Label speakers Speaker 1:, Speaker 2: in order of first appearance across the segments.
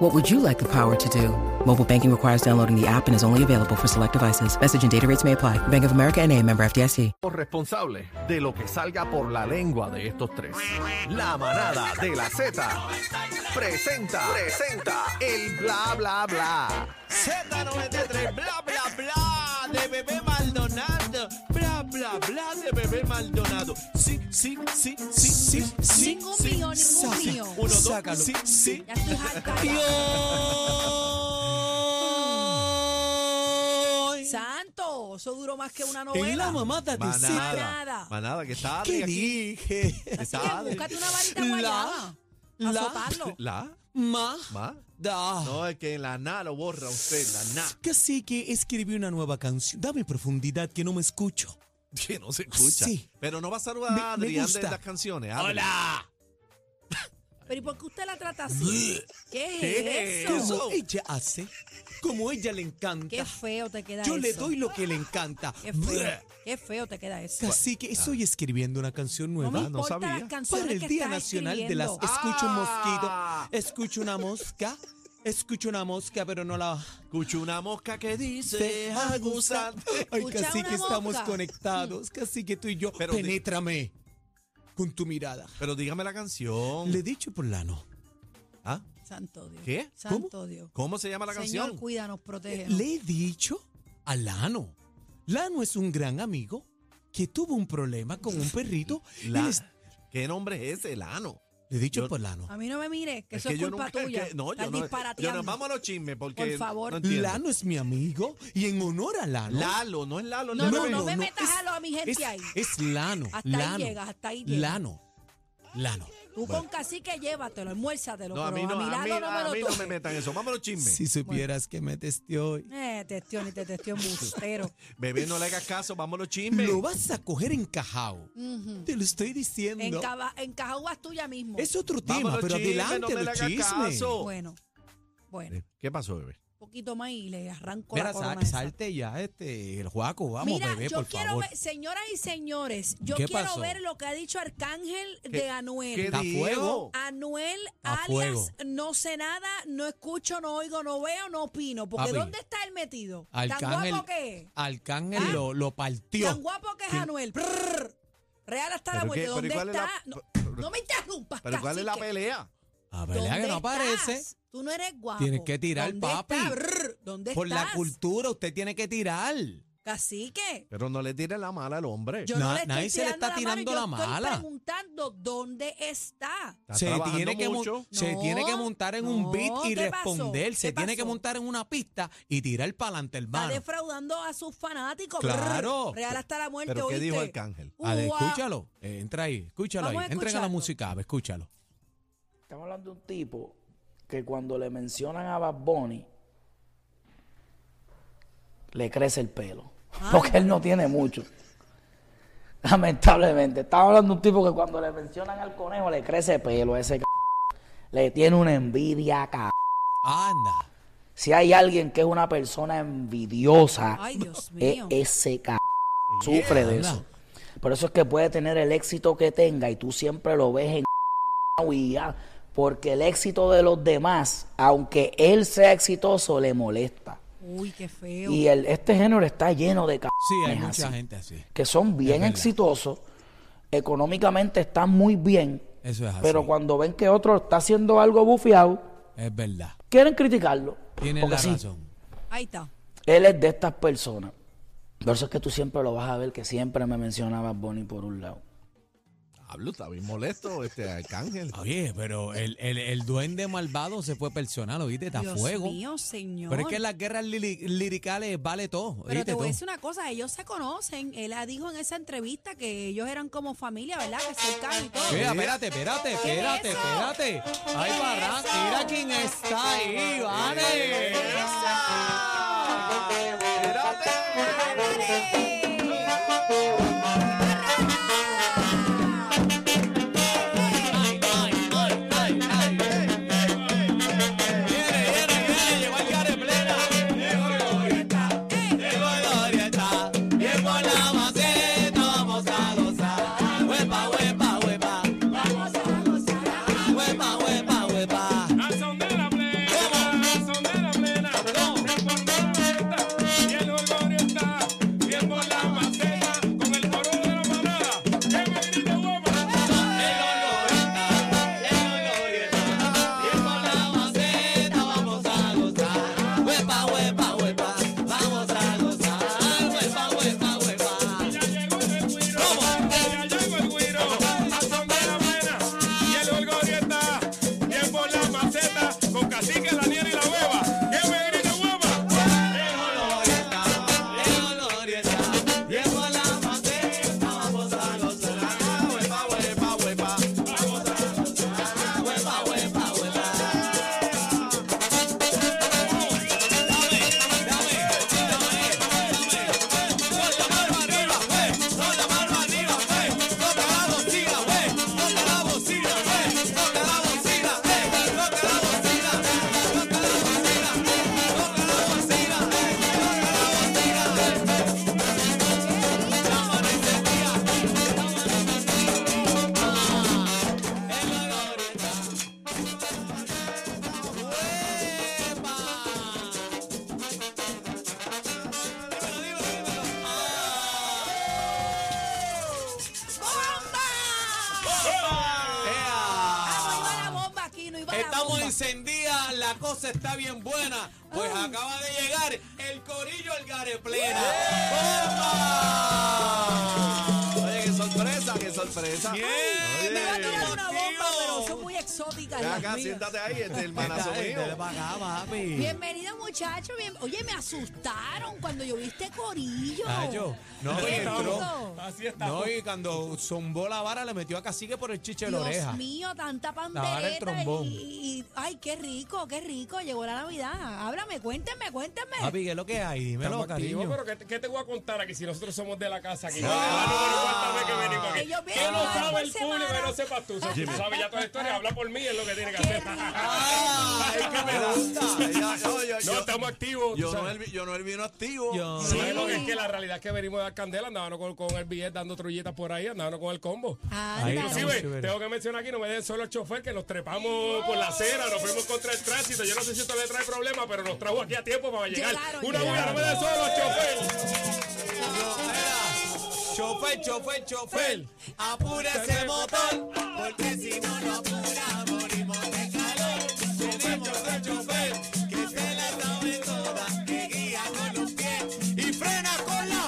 Speaker 1: What would you like the power to do? Mobile banking requires downloading the app and is only available for select devices. Message and data rates may apply. Bank of America and a member FDIC.
Speaker 2: responsable de lo que salga por la lengua de estos tres. La manada de la Z presenta, presenta el bla bla bla.
Speaker 3: Z93, bla bla bla de bebé Maldonado. Bla bla bla de bebé Maldonado. Sí, sí, sí, sí, sí, sí.
Speaker 4: Ningún
Speaker 3: sí,
Speaker 4: mío, ningún
Speaker 3: sí.
Speaker 4: mío.
Speaker 3: Uno, dos,
Speaker 5: Sácalo.
Speaker 3: sí, sí.
Speaker 4: Ya estoy harta.
Speaker 3: Hoy.
Speaker 4: Santo, eso duró más que una novela.
Speaker 5: En la mamata te hiciste.
Speaker 4: Manada.
Speaker 3: Manada, que está Adri
Speaker 5: ¿Qué
Speaker 3: aquí.
Speaker 5: dije?
Speaker 3: Está
Speaker 4: Oye,
Speaker 3: Adri.
Speaker 4: búscate una varita guayaba.
Speaker 5: La-
Speaker 4: Azotarlo.
Speaker 3: La,
Speaker 5: Ma.
Speaker 3: ma.
Speaker 5: Da.
Speaker 3: No, es que en la na lo borra usted, la na.
Speaker 5: Casi que escribí una nueva canción. Dame profundidad que no me escucho.
Speaker 3: Que no se escucha.
Speaker 5: Sí.
Speaker 3: Pero no va a saludar
Speaker 5: Me-
Speaker 3: a
Speaker 5: me
Speaker 3: Adri antes de
Speaker 5: gusta.
Speaker 3: las canciones. Adri.
Speaker 5: ¡Hola!
Speaker 4: Pero ¿y por qué usted la trata así? ¿Qué es
Speaker 3: ¿Qué es
Speaker 4: eso?
Speaker 3: eso?
Speaker 5: Como ella hace, como ella le encanta,
Speaker 4: Qué feo te queda
Speaker 5: yo
Speaker 4: eso.
Speaker 5: le doy lo que le encanta.
Speaker 4: Qué feo, qué feo te queda eso.
Speaker 5: Casi que estoy escribiendo una canción
Speaker 4: No me
Speaker 5: nueva.
Speaker 3: no
Speaker 4: importa
Speaker 3: sabía.
Speaker 4: las canciones
Speaker 5: Para el
Speaker 4: que
Speaker 5: Día
Speaker 4: estás
Speaker 5: Nacional de las...
Speaker 4: escribiendo.
Speaker 5: Escucho un mosquito,
Speaker 3: Ah.
Speaker 5: escucho una mosca, escucho una mosca, pero no la...
Speaker 3: Escucho una mosca que dice
Speaker 5: Deja
Speaker 3: aguzar.
Speaker 5: gustar. Ay,
Speaker 4: Escucha
Speaker 5: casi que
Speaker 4: una
Speaker 5: estamos
Speaker 4: boca.
Speaker 5: conectados, casi que tú y yo.
Speaker 3: Pero di-
Speaker 5: Penétrame con tu mirada.
Speaker 3: Pero dígame la canción.
Speaker 5: Le he dicho por lano.
Speaker 3: ¿Ah?
Speaker 4: Santo Dios.
Speaker 3: ¿Qué?
Speaker 4: Santo
Speaker 5: ¿Cómo?
Speaker 4: Dios.
Speaker 3: ¿Cómo se llama la
Speaker 4: Señor,
Speaker 3: canción?
Speaker 4: cuídanos, protege.
Speaker 5: Le he dicho a Lano. Lano es un gran amigo que tuvo un problema con un perrito. y
Speaker 3: La-
Speaker 5: les-
Speaker 3: ¿Qué nombre es ese? Lano.
Speaker 5: Le he dicho
Speaker 3: Yo-
Speaker 5: por Lano.
Speaker 4: A mí no me mires, que eso es,
Speaker 3: yo
Speaker 4: culpa
Speaker 3: nunca-
Speaker 4: tuya.
Speaker 3: que- no, yo
Speaker 4: Estás
Speaker 3: no. Yo
Speaker 4: disparateando.
Speaker 3: no, vamos a los chismes porque.
Speaker 4: Por favor.
Speaker 3: no entiendo.
Speaker 5: Lano es mi amigo y en honor a Lano.
Speaker 3: Lalo, no es Lalo.
Speaker 4: No,
Speaker 3: es
Speaker 4: no,
Speaker 3: Lalo.
Speaker 4: no me metas a lo- a mi gente
Speaker 5: es,
Speaker 4: ahí.
Speaker 5: Es Lano.
Speaker 4: Hasta ahí
Speaker 5: Lano.
Speaker 4: llegas, hasta ahí llegas.
Speaker 5: Lano. Lano.
Speaker 4: Tú con cacique llévatelo, almuérzatelo,
Speaker 3: No, a mí
Speaker 4: pero
Speaker 3: no,
Speaker 4: a mi
Speaker 3: a mí,
Speaker 4: lado no me
Speaker 3: a
Speaker 4: lo
Speaker 3: mí no me
Speaker 4: toques.
Speaker 3: metan eso. Vamos a los chismes.
Speaker 5: Si supieras que me testió hoy.
Speaker 4: Eh, testión y te testión bustero.
Speaker 3: Bebé, no le hagas caso. Vamos a los chismes.
Speaker 5: Lo vas a coger encajado. Te lo estoy diciendo.
Speaker 4: En, caba- en Cajaguas tuya mismo.
Speaker 5: Es otro tema,
Speaker 3: Vámonos,
Speaker 5: pero
Speaker 3: chisme, no
Speaker 5: adelante
Speaker 3: me le
Speaker 5: los
Speaker 3: hagas
Speaker 5: chismes.
Speaker 3: caso.
Speaker 4: Bueno, bueno, un
Speaker 3: ¿Qué pasó, bebé?
Speaker 4: poquito más y le arranco
Speaker 5: Mira,
Speaker 4: la corona.
Speaker 5: sa-
Speaker 4: esa.
Speaker 5: salte ya, este, el Juaco, vamos,
Speaker 4: Mira,
Speaker 5: bebé,
Speaker 4: yo
Speaker 5: por
Speaker 4: quiero
Speaker 5: favor.
Speaker 4: ver, señoras y señores, yo
Speaker 5: ¿Qué
Speaker 4: quiero
Speaker 5: pasó?
Speaker 4: ver lo que ha dicho Arcángel de Anuel.
Speaker 3: ¿Qué
Speaker 5: Está
Speaker 3: dijo?
Speaker 5: fuego.
Speaker 4: Anuel,
Speaker 5: A
Speaker 4: alias,
Speaker 5: fuego.
Speaker 4: no sé nada, no escucho, no oigo, no veo, no opino. Porque
Speaker 5: Papi,
Speaker 4: ¿dónde está él metido? Tan
Speaker 5: Arcángel,
Speaker 4: guapo que es.
Speaker 5: Arcángel
Speaker 4: ¿Ah?
Speaker 5: lo, lo partió.
Speaker 4: Tan guapo que es Anuel. Prrr. Real hasta la
Speaker 3: ¿Pero
Speaker 4: muerte.
Speaker 3: qué- pero
Speaker 4: ¿Dónde
Speaker 3: cuál es
Speaker 4: está?
Speaker 3: la-
Speaker 4: No, no me interrumpas.
Speaker 3: ¿Pero cuál es la
Speaker 4: cacique.
Speaker 3: pelea?
Speaker 5: A ver, Ah, que no
Speaker 4: ¿Dónde estás?
Speaker 5: aparece.
Speaker 4: Tú no eres guapo.
Speaker 5: Tienes que tirar,
Speaker 4: ¿Dónde
Speaker 5: papi.
Speaker 4: estás? Brr, ¿Dónde
Speaker 5: Por
Speaker 4: estás?
Speaker 5: la cultura usted tiene que tirar.
Speaker 4: Cacique.
Speaker 3: Pero no le tires la mala al hombre.
Speaker 4: Yo no
Speaker 5: Na-
Speaker 4: le estoy
Speaker 5: nadie se le
Speaker 4: tirando
Speaker 5: está tirando
Speaker 4: la
Speaker 5: la
Speaker 4: mano. Yo
Speaker 5: mala.
Speaker 4: estoy preguntando dónde está.
Speaker 3: Está
Speaker 5: Se
Speaker 3: trabajando
Speaker 5: tiene, que, mon-
Speaker 3: mucho.
Speaker 5: se
Speaker 4: No,
Speaker 5: tiene que montar en un beat
Speaker 4: no,
Speaker 5: y
Speaker 4: ¿qué pasó?
Speaker 5: responder. Se
Speaker 4: ¿Qué
Speaker 5: tiene que
Speaker 4: pasó?
Speaker 5: montar en una pista y tirar para adelante,
Speaker 4: Está
Speaker 5: hermano.
Speaker 4: defraudando a sus fanáticos.
Speaker 5: Claro.
Speaker 4: Brr, Real hasta la muerte.
Speaker 3: ¿Pero qué
Speaker 4: ¿oíste?
Speaker 3: dijo Arcángel?
Speaker 5: A ver,
Speaker 4: Ua.
Speaker 5: escúchalo. eh, entra ahí, escúchalo
Speaker 4: Vamos a
Speaker 5: ahí. Entrega la
Speaker 4: escucharlo.
Speaker 5: música, a ver, escúchalo.
Speaker 6: Estamos hablando de un tipo que cuando le mencionan a Bad Bunny, le crece el pelo. Porque él no tiene mucho. Lamentablemente. Estamos hablando de un tipo que cuando le mencionan al conejo, le crece el pelo. a Ese c... le tiene una envidia acá.
Speaker 5: Anda.
Speaker 6: Si hay alguien que es una persona envidiosa,
Speaker 4: Ay, Dios
Speaker 6: es
Speaker 4: mío.
Speaker 6: ese c... E sufre de
Speaker 5: Anda.
Speaker 6: eso. Por eso es que puede tener el éxito que tenga y tú siempre lo ves en y ya, porque el éxito de los demás, aunque él sea exitoso, le molesta.
Speaker 4: Uy, qué feo.
Speaker 6: Y el, este género está lleno de cabrones
Speaker 5: Sí, hay mucha
Speaker 6: así,
Speaker 5: gente así.
Speaker 6: que son bien
Speaker 5: verdad.
Speaker 6: exitosos, económicamente están muy bien,
Speaker 5: Eso es así.
Speaker 6: pero cuando ven que otro está haciendo algo bufiado,
Speaker 5: Es verdad.
Speaker 6: quieren criticarlo.
Speaker 5: Tienen
Speaker 6: porque
Speaker 5: la
Speaker 6: sí,
Speaker 5: razón.
Speaker 4: Ahí está.
Speaker 6: Él es de estas personas. Por eso es que tú siempre lo vas a ver que siempre me mencionaba Bonnie por un lado.
Speaker 3: Hablo, está bien molesto este Arcángel.
Speaker 5: Oye, pero el, el, el duende malvado se fue personal, ¿oíste? Está a
Speaker 4: Dios
Speaker 5: fuego.
Speaker 4: mío, señor.
Speaker 5: Pero es que en las guerras lili- liricales vale todo,
Speaker 4: Pero
Speaker 5: ¿oíste?
Speaker 4: te voy
Speaker 5: Todo.
Speaker 4: a decir una cosa, ellos se conocen. Él ah, dijo en esa entrevista que ellos eran como familia, ¿verdad? Que cercanos y todo.
Speaker 5: Oye, espérate, espérate, espérate,
Speaker 4: eso?
Speaker 5: espérate. Ay, barranca, mira quién está ahí, vale.
Speaker 3: ¡Espérate!
Speaker 4: ¡Hombre!
Speaker 3: este
Speaker 2: encendida, la cosa está bien buena. Pues acaba de llegar el corillo al Gareplena. ¡Bomba! Oye, qué sorpresa, qué sorpresa. Oye,
Speaker 4: Me va a tirar una bomba, pero son
Speaker 2: tío.
Speaker 4: muy exóticas.
Speaker 3: Ven
Speaker 4: Dios
Speaker 3: acá,
Speaker 4: mío.
Speaker 3: siéntate ahí, este hermanazo mío.
Speaker 4: Bienvenido, muchachos. bien- Oye, me asustaron cuando yo viste Corillo.
Speaker 5: Nacho, no,
Speaker 4: ¿Qué
Speaker 5: y
Speaker 4: es
Speaker 5: entró.
Speaker 4: esto?
Speaker 5: No, y cuando zombó la vara le metió a cacique por el chiche de la
Speaker 4: Dios
Speaker 5: oreja.
Speaker 4: mío, tanta
Speaker 5: vara del
Speaker 4: pandereta
Speaker 5: trombón.
Speaker 4: y, y- ay, qué rico, qué rico, llegó la Navidad. Háblame, cuéntenme, cuéntenme.
Speaker 5: Papi, ¿qué es lo que hay? Dímelo,
Speaker 7: Estamos activos,
Speaker 5: cariño.
Speaker 7: pero ¿qué, te- qué te voy a contar aquí si nosotros somos de la casa aquí? Ah, no, no, no, no, no, no, no, no, no, no, no, no, no, no, no,
Speaker 4: Ellos
Speaker 7: ¿Qué
Speaker 4: vienen
Speaker 7: no
Speaker 4: una vez
Speaker 7: sabe
Speaker 4: por
Speaker 7: el público
Speaker 4: semana.
Speaker 7: que no sepas tú? Si tú sabes ya toda la historia, habla por mí, es lo que tiene que
Speaker 4: Qué
Speaker 7: hacer.
Speaker 4: rico.
Speaker 3: Ay, que me gusta. Ya, yo- yo-
Speaker 7: No,
Speaker 3: yo-
Speaker 7: estamos activos. tú
Speaker 3: Yo no,
Speaker 7: sabes.
Speaker 3: el, yo no el vino activo.
Speaker 5: Yo-
Speaker 7: Sí, lo que es que la realidad es que venimos de dar candela, andábamos con, con el billete dando trullitas por ahí, andábamos con el combo.
Speaker 5: Ahí
Speaker 4: Ándale.
Speaker 5: sí,
Speaker 7: Inclusive,
Speaker 5: chévere.
Speaker 7: tengo que mencionar aquí, no me den solo el chofer, que nos trepamos por la acera, nos fuimos contra el tránsito. Yo no sé si esto le trae problema, pero nos trajo aquí a tiempo para llegar.
Speaker 4: Llegaron,
Speaker 7: Una buena, no
Speaker 4: llegaron.
Speaker 7: me den solo el chofer.
Speaker 5: Chofer, chofer, chofer. Apura
Speaker 7: ese motor,
Speaker 5: porque si no, no apura, morimos de calor. Chofer, chofer, chofer, que se la sabe toda, que guía con los pies y frena con la...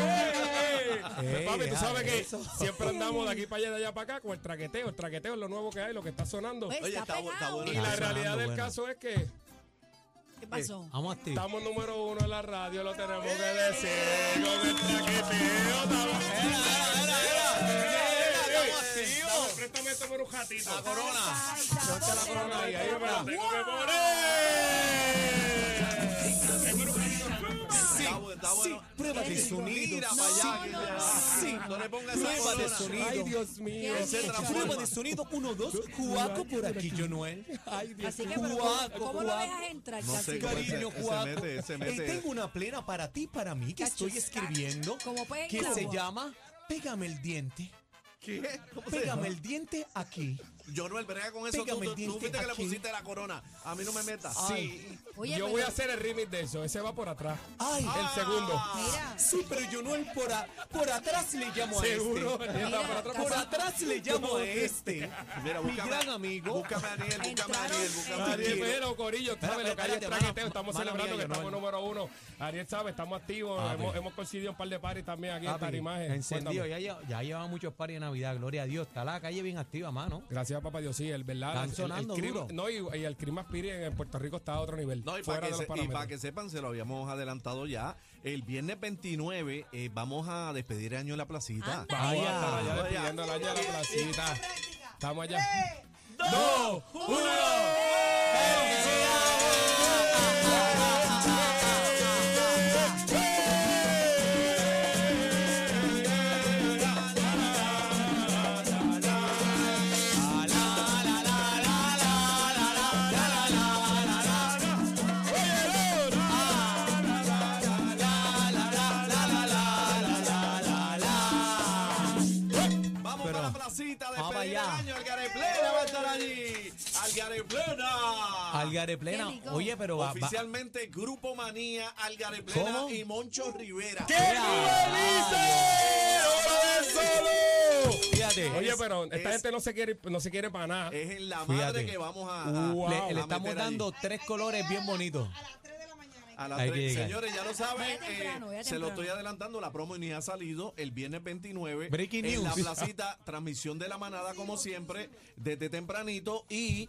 Speaker 5: Ey,
Speaker 7: Eh, Papi, tú
Speaker 5: deja
Speaker 7: sabes que
Speaker 5: eso.
Speaker 7: siempre andamos de aquí para allá, de allá para acá con el traqueteo. El traqueteo es lo nuevo que hay, lo que está sonando.
Speaker 4: Pues,
Speaker 3: Oye,
Speaker 4: está
Speaker 3: está bu- está
Speaker 4: pegado.
Speaker 3: bueno.
Speaker 7: Y
Speaker 5: está
Speaker 7: la
Speaker 5: sonando,
Speaker 7: realidad del
Speaker 5: bueno.
Speaker 7: caso es que
Speaker 4: ¿Qué pasó?
Speaker 5: Vamos a ti.
Speaker 7: estamos número uno en la radio, lo tenemos que decir con el traqueteo. estamos- Ey, ey, ey, dame, Préstame esto por un ratito. La
Speaker 5: Corona.
Speaker 7: corona ahí, ahí, espérate, que me pone. Es por un ratito.
Speaker 3: Está bu- está bueno.
Speaker 5: Pruébate
Speaker 3: Sí,
Speaker 5: sonido.
Speaker 3: Mira para allá. que
Speaker 4: no,
Speaker 3: ya-
Speaker 5: sí.
Speaker 3: No le pongas esa
Speaker 5: Prueba de
Speaker 3: corona.
Speaker 5: sonido.
Speaker 7: Ay, Dios mío.
Speaker 4: Qué
Speaker 3: Se
Speaker 4: rico.
Speaker 5: Prueba
Speaker 3: transforma.
Speaker 5: de sonido 1, 2, Juaco por aquí, Jonuel.
Speaker 7: Ay, Dios
Speaker 4: Así que, pero,
Speaker 5: Guaco,
Speaker 4: ¿cómo, cómo lo
Speaker 5: guaco.
Speaker 4: dejas entrar,
Speaker 3: No sé
Speaker 4: Cacique?
Speaker 3: cómo es.
Speaker 5: Cariño,
Speaker 3: Se- se
Speaker 5: Juaco.
Speaker 3: mete, se mete.
Speaker 5: Eh, Tengo una plena para ti, para mí, que
Speaker 4: Cacho,
Speaker 5: estoy escribiendo,
Speaker 4: como pega en
Speaker 5: que
Speaker 4: el
Speaker 5: se
Speaker 4: agua.
Speaker 5: llama Pégame el diente.
Speaker 3: ¿Qué? ¿Cómo se llama?
Speaker 5: Pégame el diente aquí.
Speaker 3: Yo no el brega con eso. Tú,
Speaker 5: Pégame el
Speaker 3: tú, tú
Speaker 5: diente
Speaker 3: fuiste que le
Speaker 5: aquí.
Speaker 3: pusiste la corona. A mí no me metas.
Speaker 5: Ay.
Speaker 4: Oye,
Speaker 7: Yo
Speaker 4: pero-
Speaker 7: voy a hacer el remix de eso. Ese va por atrás.
Speaker 5: Ay,
Speaker 7: El segundo.
Speaker 4: Ah, Mira,
Speaker 5: Sí, pero yo no el por, a- por atrás le llamo a
Speaker 7: Seguro.
Speaker 5: este.
Speaker 7: Él va por atrás.
Speaker 5: Por atrás le llamo a este.
Speaker 3: Mira,
Speaker 5: Mi
Speaker 3: búscame,
Speaker 5: gran amigo.
Speaker 3: Búscame a Daniel, búscame a Daniel, búscame a
Speaker 7: Ariel,
Speaker 3: Daniel.
Speaker 7: pero Corillo, tú sabes lo que hay es
Speaker 5: Espérate,
Speaker 7: traqueteo,
Speaker 5: mano,
Speaker 7: estamos
Speaker 5: mano mía,
Speaker 7: celebrando que estamos
Speaker 5: Joel.
Speaker 7: número uno. Ariel sabe, estamos activos,
Speaker 5: Papi.
Speaker 7: hemos, hemos coincidido un par de paris también aquí en
Speaker 5: Papi,
Speaker 7: Tarimaje.
Speaker 5: Encendido,
Speaker 7: Cuéntame.
Speaker 5: ya, lleva- ya lleva muchos pares de Navidad, gloria a Dios. Está la calle bien activa, mano.
Speaker 7: Gracias a papá Dios, sí, el verdad.
Speaker 5: Están
Speaker 7: el- el- el
Speaker 5: sonando
Speaker 7: crimen-
Speaker 5: duro.
Speaker 7: No, y, y el crimen aspire en Puerto Rico está a otro nivel.
Speaker 3: No, y para
Speaker 7: fuera
Speaker 3: que,
Speaker 7: de los
Speaker 3: se- y
Speaker 7: parámetros.
Speaker 3: para que sepan, se lo habíamos adelantado ya. El viernes 29 eh, vamos a despedir año en la placita.
Speaker 4: Anda.
Speaker 7: Vamos
Speaker 5: Vaya.
Speaker 7: a estar allá
Speaker 3: Vaya.
Speaker 7: despidiendo el año de la placita. Estamos allá.
Speaker 5: ¡Dos!
Speaker 7: ¡Uno!
Speaker 3: Vamos
Speaker 5: Pero-
Speaker 3: para la placita,
Speaker 5: Vamos
Speaker 3: despedir el
Speaker 5: allá.
Speaker 3: año. Algareplena va a estar allí. Algareplena.
Speaker 5: Algaré plena.
Speaker 4: Qué rico.
Speaker 5: Oye, pero va. va-
Speaker 3: Oficialmente Grupo Manía, Algareplena
Speaker 5: ¿Cómo?
Speaker 3: y Moncho Rivera.
Speaker 5: Fíjate.
Speaker 7: Oye,
Speaker 3: Es-
Speaker 7: pero esta
Speaker 3: es- Eh,
Speaker 7: gente no se quiere, no se quiere para nada.
Speaker 3: Es en la
Speaker 5: Fíjate.
Speaker 3: madre que vamos a. a-
Speaker 7: Wow.
Speaker 5: le, le
Speaker 3: a
Speaker 5: estamos
Speaker 3: meter allí.
Speaker 5: dando tres colores bien bonitos.
Speaker 3: A las
Speaker 5: Hay que
Speaker 3: tres.
Speaker 5: llegar.
Speaker 3: Señores, ya lo saben.
Speaker 4: Vaya temprano,
Speaker 3: eh,
Speaker 4: vaya
Speaker 3: se lo
Speaker 4: temprano.
Speaker 3: estoy adelantando. La promo ni ha salido el viernes 29.
Speaker 5: Breaking
Speaker 3: en la
Speaker 5: news.
Speaker 3: placita, transmisión de la manada, como siempre, desde tempranito. Y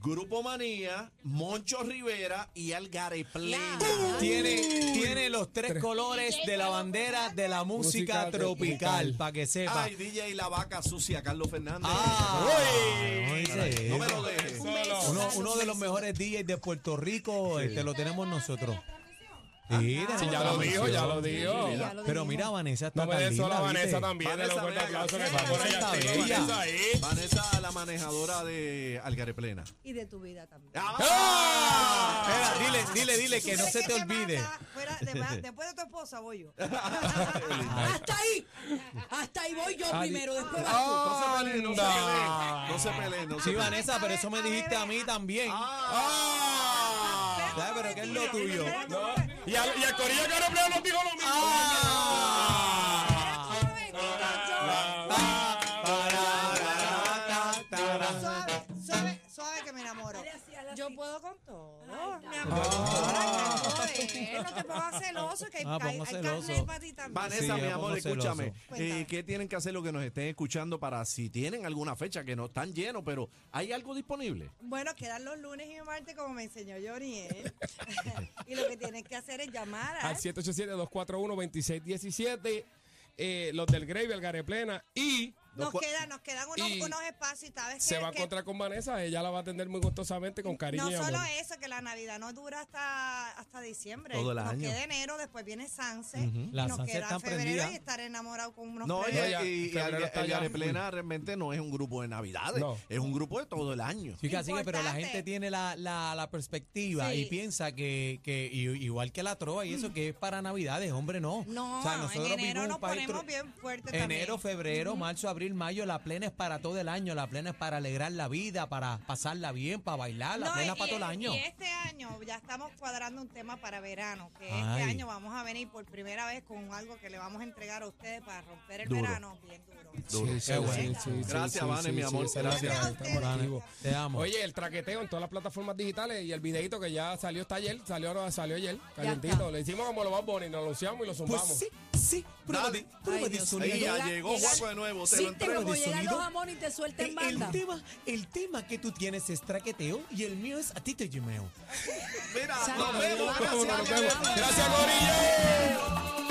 Speaker 3: Grupo Manía, Moncho Rivera y Algare Plena.
Speaker 5: Tiene, tiene los tres, colores de la bandera de la música,
Speaker 7: Música
Speaker 5: tropical,
Speaker 7: tropical.
Speaker 5: para que sepa.
Speaker 3: Ay, DJ La Vaca Sucia, Carlos Fernández. Eh,
Speaker 5: Ah, no dice
Speaker 3: no me
Speaker 5: eso.
Speaker 3: lo dejes.
Speaker 5: uno, uno de los mejores DJs de Puerto Rico, este lo tenemos nosotros. Mira,
Speaker 7: Sí, ya lo dijo, ya lo dijo.
Speaker 4: Ya lo
Speaker 5: Pero
Speaker 4: dijimos.
Speaker 5: mira, Vanessa está
Speaker 7: No me
Speaker 5: tan
Speaker 7: des solo a
Speaker 5: linda,
Speaker 7: Vanessa
Speaker 5: ¿viste?
Speaker 7: también. Dale
Speaker 3: Vanessa,
Speaker 7: un fuerte
Speaker 3: ven acá.
Speaker 7: aplauso que está por allá.
Speaker 5: Vanessa
Speaker 7: activa,
Speaker 5: bella.
Speaker 7: Vanessa ahí.
Speaker 3: Vanessa, la manejadora de Algare Plena.
Speaker 8: y de tu vida también.
Speaker 3: ¡Ah!
Speaker 5: Espera, dile, dile, dile que no
Speaker 8: ¿Crees
Speaker 5: se te
Speaker 8: te
Speaker 5: olvide.
Speaker 8: mata? Fuera- de- después de tu esposa voy yo.
Speaker 4: hasta ahí, hasta ahí voy yo
Speaker 5: Ay.
Speaker 4: primero, después vas tú.
Speaker 3: No se peleen, no se peleen.
Speaker 7: Anda.
Speaker 3: No se peleen, no se
Speaker 5: Sí,
Speaker 3: peleen.
Speaker 5: Vanessa, pero eso me dijiste a mí también.
Speaker 3: Ah.
Speaker 4: Ah.
Speaker 5: ¿Sabes? Pero ¿qué es lo tuyo?
Speaker 7: No, Y al, y al corillo que ahora plena nos dijo lo mismo.
Speaker 4: Ah. Espérate un momentito, yo-
Speaker 3: Ah,
Speaker 8: Suave, suave, suave que me enamoro.
Speaker 4: Ahora, joder, no te pongas celoso, que hay,
Speaker 5: Ah,
Speaker 4: hay, hay
Speaker 5: pongo
Speaker 4: carne
Speaker 5: celoso.
Speaker 4: para ti también.
Speaker 5: Sí,
Speaker 3: Vanessa, mi
Speaker 5: yo
Speaker 3: amor,
Speaker 5: pongo celoso.
Speaker 3: escúchame.
Speaker 4: Cuéntame.
Speaker 3: eh, ¿Qué tienen que hacer los que nos estén escuchando para si tienen alguna fecha que no están llenos, pero hay algo disponible?
Speaker 4: Bueno, quedan los lunes y martes, como me enseñó Joriel. y lo que tienes que hacer es llamar ¿eh? a...
Speaker 7: Al 787-241-2617. eh, los del Grave, el Gareplena. Y
Speaker 4: Nos
Speaker 7: los cua-
Speaker 4: quedan, nos quedan unos,
Speaker 7: y
Speaker 4: unos espacios, ¿sabes?
Speaker 7: se
Speaker 4: qué?
Speaker 7: va a
Speaker 4: Que-
Speaker 7: encontrar con Vanessa. Ella la va a atender muy gustosamente, con cariño
Speaker 4: No
Speaker 7: y
Speaker 4: solo
Speaker 7: amor.
Speaker 4: eso, que la Navidad no dura hasta, hasta diciembre.
Speaker 3: Todo el
Speaker 4: nos
Speaker 3: año.
Speaker 4: queda enero, después viene Sanse. y
Speaker 5: La
Speaker 4: nos
Speaker 5: Sanse
Speaker 4: queda
Speaker 5: está
Speaker 4: febrero
Speaker 5: prendida.
Speaker 4: y estar enamorado con unos
Speaker 3: No,
Speaker 4: plebes.
Speaker 3: oye,
Speaker 7: ya,
Speaker 3: y, y
Speaker 7: febrero
Speaker 3: el-
Speaker 7: está
Speaker 3: el
Speaker 7: ya
Speaker 3: Areplena realmente no es un grupo de Navidades,
Speaker 7: No.
Speaker 3: es un grupo de todo el año.
Speaker 5: Sí, que así que, pero la
Speaker 4: Importante.
Speaker 5: gente tiene la, la, la perspectiva
Speaker 4: Sí.
Speaker 5: y piensa que, que i- igual que la trova y eso, que es para Navidades, hombre, no.
Speaker 4: No, en enero nos ponemos bien fuerte también.
Speaker 5: Enero, febrero, marzo, abril, mayo, la plena es para todo el año, la plena es para alegrar la vida, para pasarla bien, para bailar, la
Speaker 4: No,
Speaker 5: plena
Speaker 4: y-
Speaker 5: es para todo el
Speaker 4: y-
Speaker 5: año.
Speaker 4: Y este año ya estamos cuadrando un tema para verano, que
Speaker 5: Ay.
Speaker 4: este año vamos a venir por primera vez con algo que le vamos a entregar a ustedes para romper el
Speaker 3: Duro.
Speaker 4: verano bien duro.
Speaker 3: Duro.
Speaker 7: Sí, sí,
Speaker 5: Qué
Speaker 7: sí,
Speaker 5: bueno.
Speaker 7: sí, sí,
Speaker 3: Gracias,
Speaker 7: sí,
Speaker 3: Vane,
Speaker 7: sí,
Speaker 3: mi
Speaker 7: sí,
Speaker 3: amor.
Speaker 7: sí,
Speaker 4: Gracias a
Speaker 7: estamos
Speaker 4: ustedes.
Speaker 7: activos.
Speaker 5: Te amo.
Speaker 7: Oye, el traqueteo en todas las plataformas digitales y el videito que ya salió está ayer, salió, salió ayer, calientito.
Speaker 9: está.
Speaker 7: Le hicimos como lo más bonito, lo anunciamos y lo
Speaker 5: pues
Speaker 7: zumbamos.
Speaker 5: sí, sí, prueba
Speaker 3: Dale.
Speaker 5: de, prueba de
Speaker 9: Ay, Dios
Speaker 5: sonido.
Speaker 3: Ahí ya
Speaker 9: Llega-
Speaker 3: llegó
Speaker 9: llega-
Speaker 3: Juaco de nuevo, te lo
Speaker 9: Sí, te
Speaker 3: entrego.
Speaker 9: como
Speaker 5: de
Speaker 9: llegan
Speaker 5: sonido.
Speaker 9: los jamones y te suelten
Speaker 5: El, el
Speaker 9: banda.
Speaker 5: tema, el tema que tú tienes es traqueteo y el mío es a ti te llameo.
Speaker 3: Mira,
Speaker 9: Saludos.
Speaker 3: nos vemos.
Speaker 9: Vamos,
Speaker 3: Gracias,
Speaker 7: Nos vemos.
Speaker 3: Areplena.
Speaker 7: Gracias, Corillo.